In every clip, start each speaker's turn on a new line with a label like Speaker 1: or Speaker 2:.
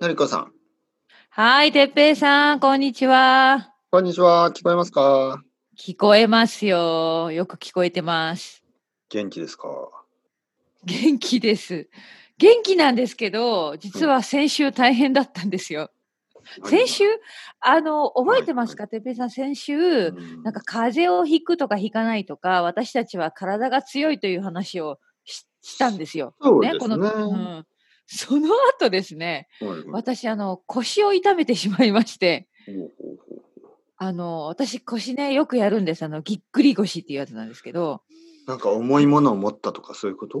Speaker 1: のりこさん、
Speaker 2: はい、てっぺいさん、こんにちは。
Speaker 1: こんにちは。聞こえますか
Speaker 2: 聞こえますよ。よく聞こえてます。
Speaker 1: 元気ですか
Speaker 2: 元気です。元気なんですけど、実は先週大変だったんですよ。先週、あの、覚えてますか、てっぺいさん、先週、なんか、風邪をひくとかひかないとか、私たちは体が強いという話をししたんですよ。
Speaker 1: そうですね
Speaker 2: この、うん。その後ですね、
Speaker 1: うんはいはい
Speaker 2: 私、あの、腰を痛めてしまいまして、
Speaker 1: ほうほうほ
Speaker 2: あの、私腰ね、よくやるんです。あの、ぎっくり腰っていうやつなんですけど、
Speaker 1: うなんか重いものを持ったとかそういうこと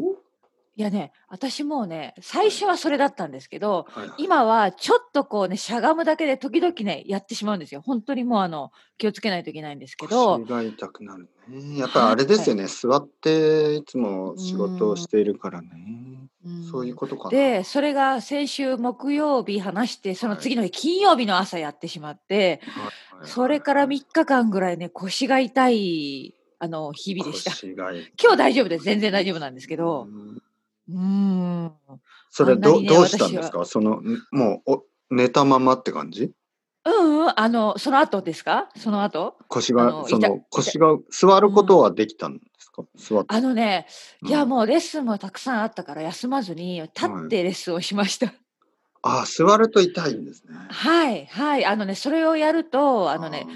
Speaker 2: いやね、私もうね、最初はそれだったんですけど、
Speaker 1: はいはい
Speaker 2: 今はちょっとこうね、しゃがむだけで時々ね、やってしまうんですよ。本当にもうあの、気をつけないといけないんですけど
Speaker 1: 腰、が痛くなるね。やっぱあれですよね。座っていつも仕事をしているからね。
Speaker 2: うん
Speaker 1: そういうことかな。
Speaker 2: で、それが先週木曜日話して、その次の日金曜日の朝やってしまって、
Speaker 1: はいはいはい
Speaker 2: それから3日間ぐらいね、腰が痛い、あの、日々でした。
Speaker 1: 腰が痛い
Speaker 2: 今日大丈夫です。全然大丈夫なんですけ
Speaker 1: う、
Speaker 2: ど
Speaker 1: ん
Speaker 2: うーん。
Speaker 1: それ
Speaker 2: あんま
Speaker 1: ど
Speaker 2: りね
Speaker 1: どうしたんですかその、んもうお寝たままって感じ
Speaker 2: うんうん、あの、その後ですかその後
Speaker 1: 腰
Speaker 2: あ
Speaker 1: が、
Speaker 2: の
Speaker 1: そ
Speaker 2: 痛
Speaker 1: の
Speaker 2: い
Speaker 1: 腰が、座ることはできたんですか、座って。
Speaker 2: あのね、いや
Speaker 1: うん
Speaker 2: もうレッスンもたくさんあったから休まずに立ってレッスンをしました。
Speaker 1: あ、座ると痛いんですね。
Speaker 2: はい、はい。あのね、それをやると、あのね、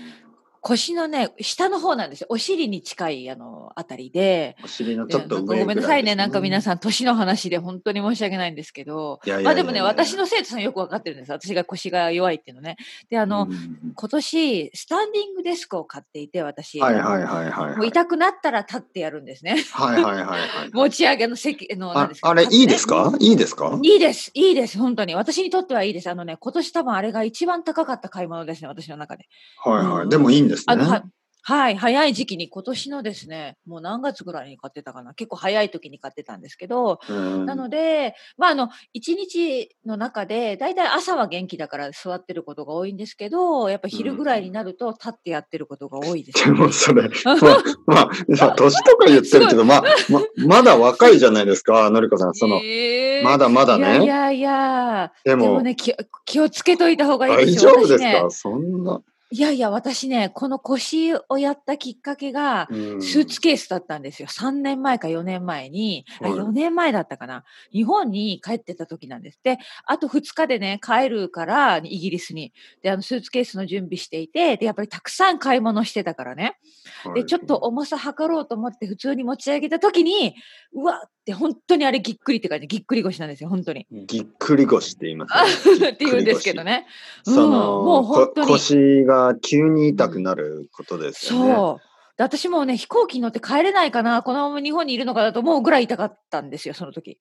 Speaker 2: 腰のね、下の方なんですよ。お尻に近い、あの、あたりで
Speaker 1: あ。ー。お尻の
Speaker 2: で
Speaker 1: ちょっと
Speaker 2: なんか
Speaker 1: 上
Speaker 2: ごめんなさいね。なんか皆
Speaker 1: ん。
Speaker 2: さん、年の話で本当に申し訳ないんですけど。
Speaker 1: いやいやいや
Speaker 2: まあでもね、私の生徒さんよくわかってるんです。私が腰が弱いっていうのね。で、あ
Speaker 1: あ
Speaker 2: の、今年、スタンディングデスクを買っていて、私。
Speaker 1: はいはいはいはいはい。
Speaker 2: もう痛くなったら立ってやるんですね。
Speaker 1: はいはいはいはい。
Speaker 2: 持ち上げの席あのなん
Speaker 1: あ
Speaker 2: ですけど
Speaker 1: あれ、
Speaker 2: 立つね
Speaker 1: いいですかいいですか
Speaker 2: いいです、いいです、本当に。私にとってはいいです。あのね、今年多分あれが一番高かった買い物ですね、私の中で。
Speaker 1: はいは
Speaker 2: う
Speaker 1: い。
Speaker 2: ん
Speaker 1: でもいいんです
Speaker 2: あ
Speaker 1: ね
Speaker 2: の、。ははい、早い時期に今年のですね、もう何月ぐらいに買ってたかな。結構早い時に買ってたんですけど、な
Speaker 1: な
Speaker 2: ので、まあ、あの、一日の中で、だいたい朝は元気だから座ってることが多いんですけど、やっぱ昼ぐらいになると立ってやってることが多いです、
Speaker 1: でもそ れ、まあ、まあ、まあ年とか言ってるけど、まあ、ままだ若いじゃないですか、のりこさん。その、
Speaker 2: えー
Speaker 1: まだまだ
Speaker 2: い
Speaker 1: ね。
Speaker 2: や
Speaker 1: で
Speaker 2: いやいや、でも
Speaker 1: も、
Speaker 2: ね気を、気をつけといた方がいい
Speaker 1: 大
Speaker 2: です
Speaker 1: 丈
Speaker 2: よ。
Speaker 1: 夫です
Speaker 2: 私ね
Speaker 1: かそんな。
Speaker 2: いやいや、私ね、この腰をやったきっかけが、
Speaker 1: うん
Speaker 2: スーツケースだったんですよ。3年前か4年前に、あ
Speaker 1: はい
Speaker 2: 4年前だったかな。日本に帰ってた時なんです。で、あと2日でね、帰るから、イギリスに。で、あの、スーツケースの準備していて、で、やっぱりたくさん買い物してたからね。
Speaker 1: はい
Speaker 2: で、ちょっと重さ測ろうと思って、普通に持ち上げた時に、うわって、本当にあれぎっくりって感じ、ぎっくり腰なんですよ、本当に。
Speaker 1: ぎっくり腰って言いますね。
Speaker 2: って言うんですけどね。
Speaker 1: ぎっくり腰。
Speaker 2: うん
Speaker 1: その、
Speaker 2: もう本当に
Speaker 1: こ腰が急に痛くなることですよね。
Speaker 2: そう。で私もうね、飛行機に乗って帰れないかな、このまま日本にいるのかなと思うぐらい痛かったんですよ、その時。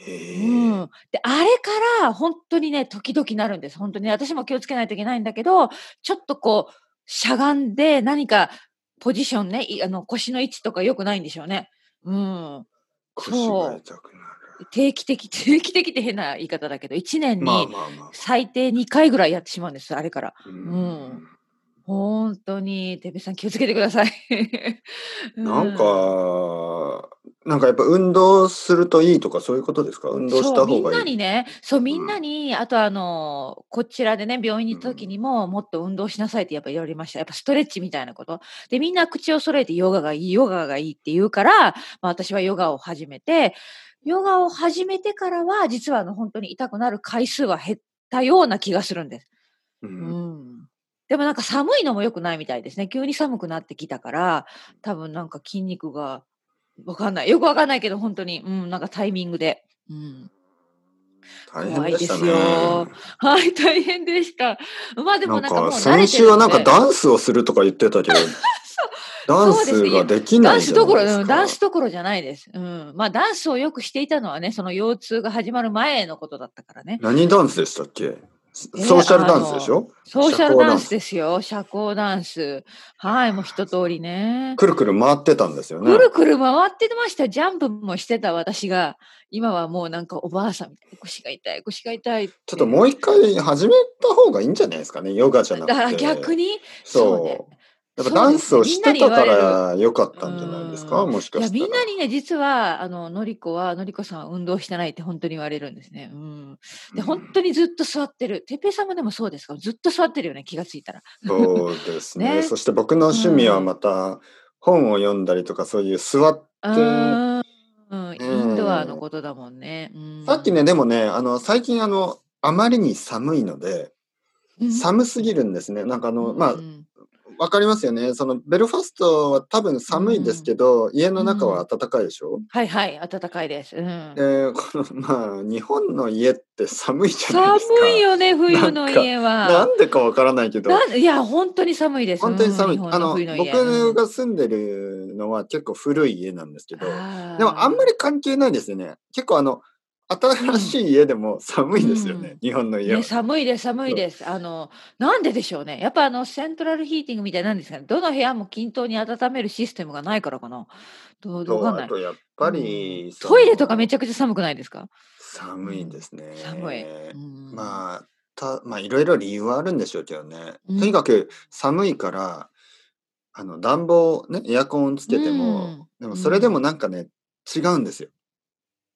Speaker 2: う
Speaker 1: へえ
Speaker 2: ん。で、あれから本当にね、時々なるんです。本当に、ね、私も気をつけないといけないんだけど、ちょっとこう、しゃがんで何かポジションね、いあの腰の位置とか良くないんでしょうね。うん。
Speaker 1: 腰が痛くな
Speaker 2: 定期的、 定期的って変な言い方だけど、1年
Speaker 1: る。まあ
Speaker 2: に
Speaker 1: まあまあ。
Speaker 2: 最低2回ぐらいやってしまうんです、あれから。
Speaker 1: う
Speaker 2: うん本当に、てべさん気をつけてください。
Speaker 1: なんか、なんかやっぱ運動するといいとかそういうことですか運動した方
Speaker 2: そうみん
Speaker 1: が
Speaker 2: ない
Speaker 1: い。
Speaker 2: にねそうみんなに、あとあのこちらでね病院に行った時にも、もっと運動しなさいってやっぱ言われましたやっぱストレッチみたいなことでみんな口を揃えてヨガがいいヨガがいいって言うから、まあ、私はヨガを始めてヨガを始めてからは実はあの本当に痛くなる回数は減ったような気がするんです、
Speaker 1: う
Speaker 2: うんん、でもなんか寒いのも良くないみたいですね急に寒くなってきたから多分なんか筋肉がわかんないよくわかんないけど本当にうんなんかタイミングで。うん
Speaker 1: 大変でしたね。
Speaker 2: 怖いですはい、大変でした。まあで
Speaker 1: な
Speaker 2: も
Speaker 1: ん
Speaker 2: なんかもう
Speaker 1: か
Speaker 2: 慣れ
Speaker 1: 先
Speaker 2: て
Speaker 1: 週
Speaker 2: る
Speaker 1: は
Speaker 2: ん
Speaker 1: なんか
Speaker 2: で
Speaker 1: ダンスをするとか言ってた けど、ダンスができ
Speaker 2: ダ
Speaker 1: ない
Speaker 2: ン
Speaker 1: じ
Speaker 2: ス
Speaker 1: ゃな
Speaker 2: どこ
Speaker 1: い
Speaker 2: ろ、
Speaker 1: です
Speaker 2: う
Speaker 1: か。
Speaker 2: んダンスどころじゃないです。うん。まあダンスをよくしていたのはね、その腰痛が始まる前のことだったからね。
Speaker 1: 何ダンスでしたっけ
Speaker 2: え
Speaker 1: ソーシャルダンスでしょ
Speaker 2: ソーシャルダンスですよ。社交ダンス。はい、もう一通りね。
Speaker 1: くるくる回ってたんですよね。
Speaker 2: くるくる回ってました。ジャンプもしてた私が、今はもうなんかおばあさんみたいな。腰が痛い、腰が痛いて。
Speaker 1: ちょっともう一回始めた方がいいんじゃないですかね、ヨガじゃなく
Speaker 2: だから
Speaker 1: て。
Speaker 2: 逆に、
Speaker 1: そう
Speaker 2: そうね
Speaker 1: やっぱダンスをしてたか
Speaker 2: そうですねみんなに言わ
Speaker 1: ら良かったんじゃないですか
Speaker 2: う
Speaker 1: もし
Speaker 2: い
Speaker 1: か
Speaker 2: や
Speaker 1: した
Speaker 2: み
Speaker 1: ら
Speaker 2: ん。なにね実はあののりこはのりこさんは運動してないって本当に言われるんですね。うん、で本当にずっと座ってる。てっぺいさんもでもそうですかずっと座ってるよね気がついたら。
Speaker 1: そうですね。
Speaker 2: ね
Speaker 1: そして僕の趣味はまた本を読んだりとかそういう座っ
Speaker 2: う
Speaker 1: て
Speaker 2: ん、うん、インドアのことだもんね。うん、
Speaker 1: さっきね、でもね、あの、最近あの、あまりに寒いので、
Speaker 2: うん、
Speaker 1: 寒すぎるんですね。なんかあの、まあ
Speaker 2: う、ん
Speaker 1: わかりますよね。その、ベルファストは多分寒いですけど、家の中は暖かいでしょ、
Speaker 2: はいはい暖かいです。うん、
Speaker 1: で、この、まあ、日本の家って寒いじゃない
Speaker 2: 寒
Speaker 1: ですか。
Speaker 2: いよね冬の家
Speaker 1: な
Speaker 2: は。
Speaker 1: んでかわからないけど、
Speaker 2: なんいや本当に寒いです。
Speaker 1: 本当に寒い。
Speaker 2: うん日
Speaker 1: あ
Speaker 2: 本
Speaker 1: の、
Speaker 2: 冬家
Speaker 1: 僕が住んでるのは結構古い家なんですけど、
Speaker 2: うん
Speaker 1: でもあんまり関係ないですよね。結構あの、新しい家でも寒いですよね。
Speaker 2: うん
Speaker 1: 日本の家は。
Speaker 2: ね、寒いです寒いですあのなんででしょうねやっぱあのセントラルヒーティングみたいなんですかねどの部屋も均等に温めるシステムがないからかなどうどうわかんな
Speaker 1: あ
Speaker 2: い
Speaker 1: とやっぱ
Speaker 2: う
Speaker 1: り
Speaker 2: ん、
Speaker 1: その
Speaker 2: トイレとかめちゃくちゃ寒くないですか
Speaker 1: 寒いんですね。
Speaker 2: 寒い、うん
Speaker 1: まあ、たまあいろいろ理由はあるんでしょうけどね。
Speaker 2: うん
Speaker 1: とにかく寒いから、あの暖房ね、エアコンをつけても、
Speaker 2: うん
Speaker 1: でもそれでもなんかね、違うんですよ。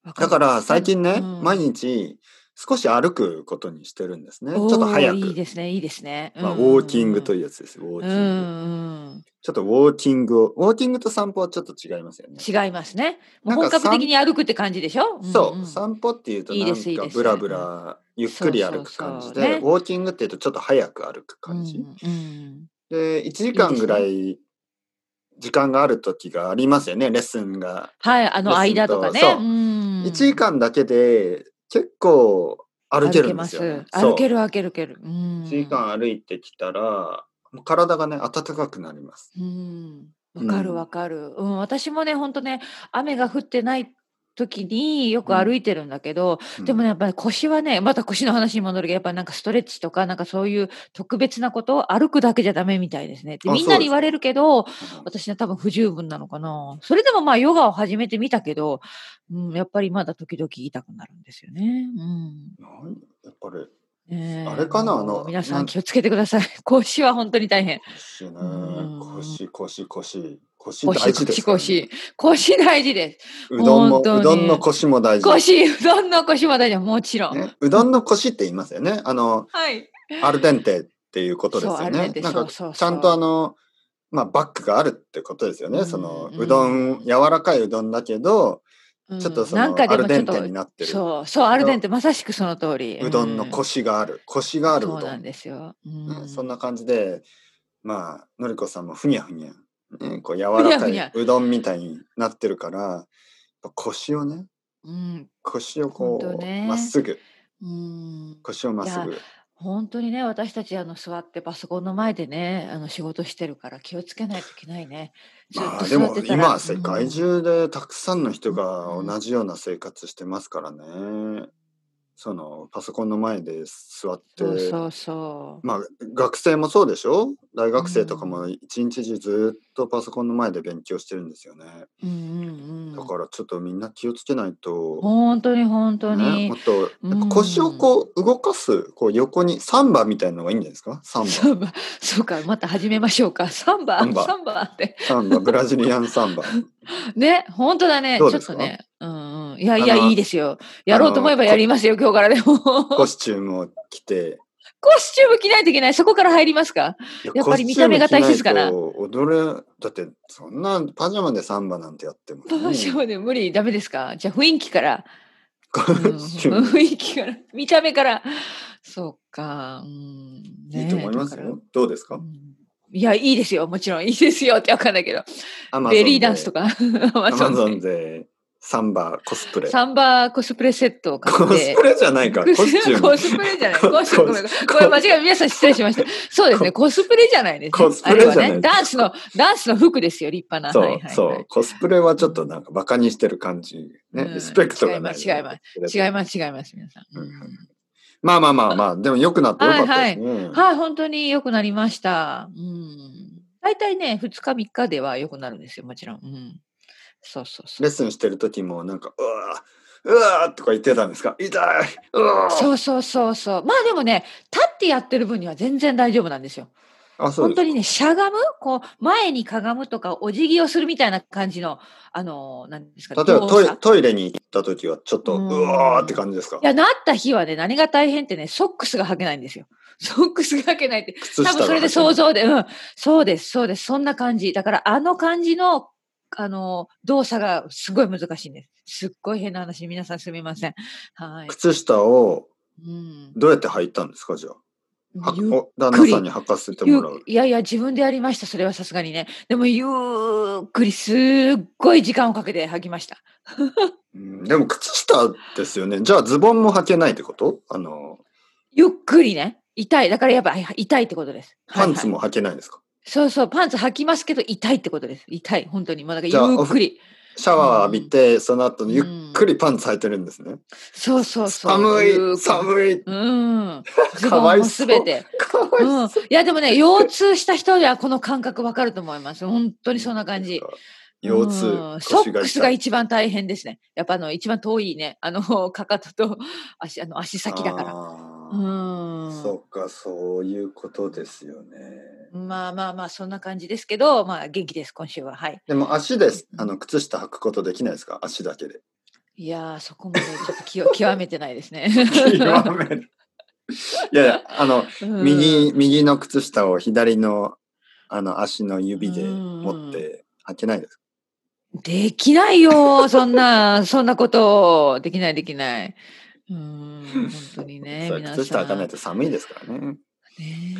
Speaker 2: わか
Speaker 1: だ
Speaker 2: る
Speaker 1: から最近ね、
Speaker 2: うん
Speaker 1: 毎日少し歩くことにしてるんですね。ち
Speaker 2: お
Speaker 1: ょ
Speaker 2: ー
Speaker 1: っと早く。
Speaker 2: いいですねいいですね、
Speaker 1: まあ、ウォーキングと
Speaker 2: い
Speaker 1: いうやつです。ウォー
Speaker 2: う
Speaker 1: キ
Speaker 2: ん
Speaker 1: ン
Speaker 2: う
Speaker 1: グ。
Speaker 2: ん
Speaker 1: ちょっとウォーキングを、ウォーキングと散歩はちょっと違いますよね。
Speaker 2: 違いますねも
Speaker 1: な
Speaker 2: う
Speaker 1: ん
Speaker 2: 本
Speaker 1: か
Speaker 2: 格的に歩くって感じでしょ
Speaker 1: そう、
Speaker 2: んん
Speaker 1: 散歩っていうと
Speaker 2: いい
Speaker 1: なん
Speaker 2: ですいい
Speaker 1: か
Speaker 2: です
Speaker 1: ブラブラゆっくり歩く感じで
Speaker 2: そうそうそうね
Speaker 1: ウォーキングっていうとちょっと早く歩く感じ、
Speaker 2: うんうん
Speaker 1: で1時間ぐらい時間がある時がありますよねレッスンが、
Speaker 2: はいあの間とかね
Speaker 1: そう
Speaker 2: うん
Speaker 1: 1時間だけで結構歩けるんですよ、ね
Speaker 2: 歩け、ます歩け
Speaker 1: る
Speaker 2: る歩ける歩ける。うん。
Speaker 1: 1時間歩いてきたらもう体がね暖かくなります
Speaker 2: うん。わかるわかる。うん、私もね、本当ね、雨が降ってない時によく歩いてるんだけど、でもね、やっぱり腰はね、また腰の話に戻るけど、やっぱなんかストレッチとか、なんかそういう特別なことを歩くだけじゃダメみたいですね。で
Speaker 1: あ
Speaker 2: みん
Speaker 1: そうです
Speaker 2: な
Speaker 1: か
Speaker 2: に言われるけど、
Speaker 1: うん
Speaker 2: 私は多分不十分なのかな。それでもまあヨガを始めてみたけど、うん、やっぱりまだ時々痛くなるんですよね。うん。
Speaker 1: なんやっぱり
Speaker 2: ねえ
Speaker 1: あれかなあの
Speaker 2: もう皆さ
Speaker 1: なん
Speaker 2: ん気をつけてください。 腰は本当に大変。
Speaker 1: 腰ね
Speaker 2: うん
Speaker 1: 腰腰腰腰
Speaker 2: 腰、
Speaker 1: 大事で
Speaker 2: 腰、
Speaker 1: すからね
Speaker 2: 腰。腰大事です。
Speaker 1: うどんも、
Speaker 2: 本当に
Speaker 1: うどんの腰も大事。
Speaker 2: 腰、うどんの腰も大事。もちろん。
Speaker 1: ね、うどんの腰って言いますよね。あの、
Speaker 2: はい。
Speaker 1: アルデンテっていうことです
Speaker 2: そう
Speaker 1: よ
Speaker 2: アルデ
Speaker 1: ね
Speaker 2: ン。テ
Speaker 1: なんか、
Speaker 2: そうそうそう
Speaker 1: ちゃんとあの、まあ、バッグがあるってことですよね。
Speaker 2: うん
Speaker 1: その、
Speaker 2: うん
Speaker 1: うどん、柔らかいうどんだけど、
Speaker 2: うん
Speaker 1: ちょっとその、
Speaker 2: なんか
Speaker 1: ア
Speaker 2: で
Speaker 1: ル
Speaker 2: もち
Speaker 1: デ
Speaker 2: ょっ
Speaker 1: ンテに
Speaker 2: と、
Speaker 1: なってる。
Speaker 2: そう、そう、アルデンテ、まさしくその通り。
Speaker 1: うどんの腰がある。腰があるう
Speaker 2: そう
Speaker 1: ど
Speaker 2: なん
Speaker 1: ん。ね
Speaker 2: ですよ。うん
Speaker 1: そんな感じで、まあ、のりこさんもふにゃふにゃ。ね、こう柔ら
Speaker 2: ふ
Speaker 1: か
Speaker 2: にゃ
Speaker 1: い
Speaker 2: ふ
Speaker 1: うどんみたいになってるから、やっぱ腰をね、
Speaker 2: うん。
Speaker 1: 腰をこ
Speaker 2: 本
Speaker 1: う、
Speaker 2: 当ね
Speaker 1: まっすぐ、
Speaker 2: うん。
Speaker 1: 腰をまっす
Speaker 2: い
Speaker 1: ぐ。
Speaker 2: 本当にね、私たちあの座ってパソコンの前でね、あの仕事してるから気をつけないといけないね。ずっ
Speaker 1: まあ
Speaker 2: と
Speaker 1: で
Speaker 2: 座っ
Speaker 1: も
Speaker 2: てたら。
Speaker 1: 今世界
Speaker 2: うん
Speaker 1: 中でたくさんの人が
Speaker 2: うん
Speaker 1: 同じような生活してますからね。そのパソコンの前で座って、
Speaker 2: そうそうそう。
Speaker 1: まあ学生もそうでしょ大学生とかも一日中ずっとパソコンの前で勉強してるんですよね。
Speaker 2: うんうんうん
Speaker 1: だからちょっとみんな気をつけないと、
Speaker 2: 本当に本当
Speaker 1: ね、
Speaker 2: に
Speaker 1: もっ。とやっぱ腰をこう動かす、こう横にサンバみたいなのがいいんじゃないですかサンバ。
Speaker 2: サンバ、 そうか、また始めましょうか。サンバ、
Speaker 1: サンバ
Speaker 2: サンバって。
Speaker 1: サンバ、ブラジリアンサ ンバ。
Speaker 2: ね、本当だね。ち
Speaker 1: ど
Speaker 2: ょ
Speaker 1: うで
Speaker 2: っ
Speaker 1: すか
Speaker 2: とね。うんうん。いやいや、
Speaker 1: あの
Speaker 2: いいですよ。やろうと思えばやりますよ、今日からでも。
Speaker 1: コ
Speaker 2: コ
Speaker 1: スチュームを着て、
Speaker 2: スチューム着ないといけない。そこから入りますか
Speaker 1: や
Speaker 2: やっぱり見た目が大切かな
Speaker 1: コスチューム着ないと踊れ、だってそんなパジャマでサンバなんてやっても、
Speaker 2: どうしようね。無理、ダメですかじゃあ雰囲気 から。
Speaker 1: コ
Speaker 2: うん
Speaker 1: スチューム
Speaker 2: 雰囲気から。見た目から。そうか。うん。ね
Speaker 1: いいと思います。
Speaker 2: だか
Speaker 1: よ。どうですから
Speaker 2: う？んいや、いいですよ。もちろん、いいですよってわかんないけど。
Speaker 1: Amazon
Speaker 2: ベリーダンスとか。
Speaker 1: ア
Speaker 2: ア
Speaker 1: マゾンでサンバコスプレ。
Speaker 2: サンバコスプレセットを買
Speaker 1: コ
Speaker 2: って
Speaker 1: スプ。レじゃないか。コスチュー
Speaker 2: コ
Speaker 1: ム。
Speaker 2: スプレじゃない。
Speaker 1: コ
Speaker 2: コスごめんごめんこれ間違え、皆さん失礼しました。そうですね、コスプレじゃないです、ね。
Speaker 1: コスプレじゃない
Speaker 2: あれはね、ダンスの、ダンスの服ですよ、立派な。
Speaker 1: そう、
Speaker 2: はいはいはい
Speaker 1: そう。コスプレはちょっとなんかバカにしてる感じ。ね、
Speaker 2: うん
Speaker 1: リスペクトがない、
Speaker 2: 違います
Speaker 1: す
Speaker 2: 違います、違います、皆さん。
Speaker 1: うんまあまあまあまあ、でも良くなってよかったですね。
Speaker 2: はい、本当に良くなりました。うん。大体ね、2日3日では良くなるんですよ、もちろん。うん。そうそうそ
Speaker 1: レ
Speaker 2: う
Speaker 1: ッ。スンしてる時もなんか、うわー、うわーとか言ってたんですか痛いうわー
Speaker 2: そうそうそうそう。まあでもね、立ってやってる分には全然大丈夫なんですよ。
Speaker 1: あ、そう
Speaker 2: 本
Speaker 1: です
Speaker 2: 当にね、しゃがむこう、前にかがむとか、お辞儀をするみたいな感じの、あの、なんですか
Speaker 1: 例えば
Speaker 2: 動
Speaker 1: トイ
Speaker 2: 作
Speaker 1: レトイレに行った時はちょっと、
Speaker 2: う
Speaker 1: うんわーって感じですか
Speaker 2: いや、なった日はね、何が大変ってね、ソックスが履けないんですよ。ソックスが履けないって。
Speaker 1: 靴
Speaker 2: 多
Speaker 1: 下が
Speaker 2: 分それ
Speaker 1: 入ってな
Speaker 2: で
Speaker 1: い
Speaker 2: 想像で、うん。そうです、そうです。そんな感じ。だから、あの感じの、あの、動作がすごい難しいんです。すっごい変な話、皆さんすみません。はい。
Speaker 1: 靴下を
Speaker 2: うん。
Speaker 1: どうやって履いたんですかじゃあ。は
Speaker 2: ゆ
Speaker 1: お旦那さんに履かせてもらう
Speaker 2: ゆ。いやいや、自分でやりました。それはさすがにね。でも、ゆっくり、すっごい時間をかけて履きました。
Speaker 1: うんでも靴下ですよね。じゃあズボンも履けないってことあの、
Speaker 2: ゆっくりね。痛い。だからやっぱ痛いってことです。
Speaker 1: パンツ
Speaker 2: も
Speaker 1: も履けないんですか、
Speaker 2: そうそう、パンツ履きますけど、痛いってことです。痛い、本当に。もうだか
Speaker 1: じゃ
Speaker 2: ら
Speaker 1: あ
Speaker 2: ゆっくり。
Speaker 1: シャワー浴びて、その後ゆっくりパンツ履いてるんですね。
Speaker 2: そうそうそう。
Speaker 1: 寒
Speaker 2: ゆっく
Speaker 1: い、
Speaker 2: り
Speaker 1: 寒い。
Speaker 2: うん。ズ
Speaker 1: か
Speaker 2: ボ
Speaker 1: わ
Speaker 2: ン
Speaker 1: い
Speaker 2: も
Speaker 1: そ
Speaker 2: す
Speaker 1: う
Speaker 2: べて。
Speaker 1: かわい
Speaker 2: うん。いや、でもね、腰痛した人にはこの感覚わかると思います。本当にそんな感じ。。
Speaker 1: 腰
Speaker 2: う
Speaker 1: 痛、
Speaker 2: んソ
Speaker 1: 腰
Speaker 2: ッ
Speaker 1: が
Speaker 2: クスが
Speaker 1: 痛い。
Speaker 2: 一番大変ですね。やっぱあの、一番遠いね、あの、 かかとと足、あの、足先だから。
Speaker 1: あ
Speaker 2: う
Speaker 1: ー
Speaker 2: ん。
Speaker 1: そっか、そういうことですよね。
Speaker 2: まあまあまあ、そんな感じですけど、まあ、元気です、今週は。はい。
Speaker 1: でも足です。あの、靴下履くことできないですか足だけ で。
Speaker 2: いやー、そこまでちょっと気を極めてないですね。
Speaker 1: 極める。いやいや、あの、
Speaker 2: うん
Speaker 1: 右、右の靴下を左の、あの、足の指で持って履けないですか。
Speaker 2: できないよ、そんな、そんなこと、できない、できない。うーん、本当にね、
Speaker 1: それ
Speaker 2: 皆さん。
Speaker 1: 靴下履かないと寒いですからね。
Speaker 2: ね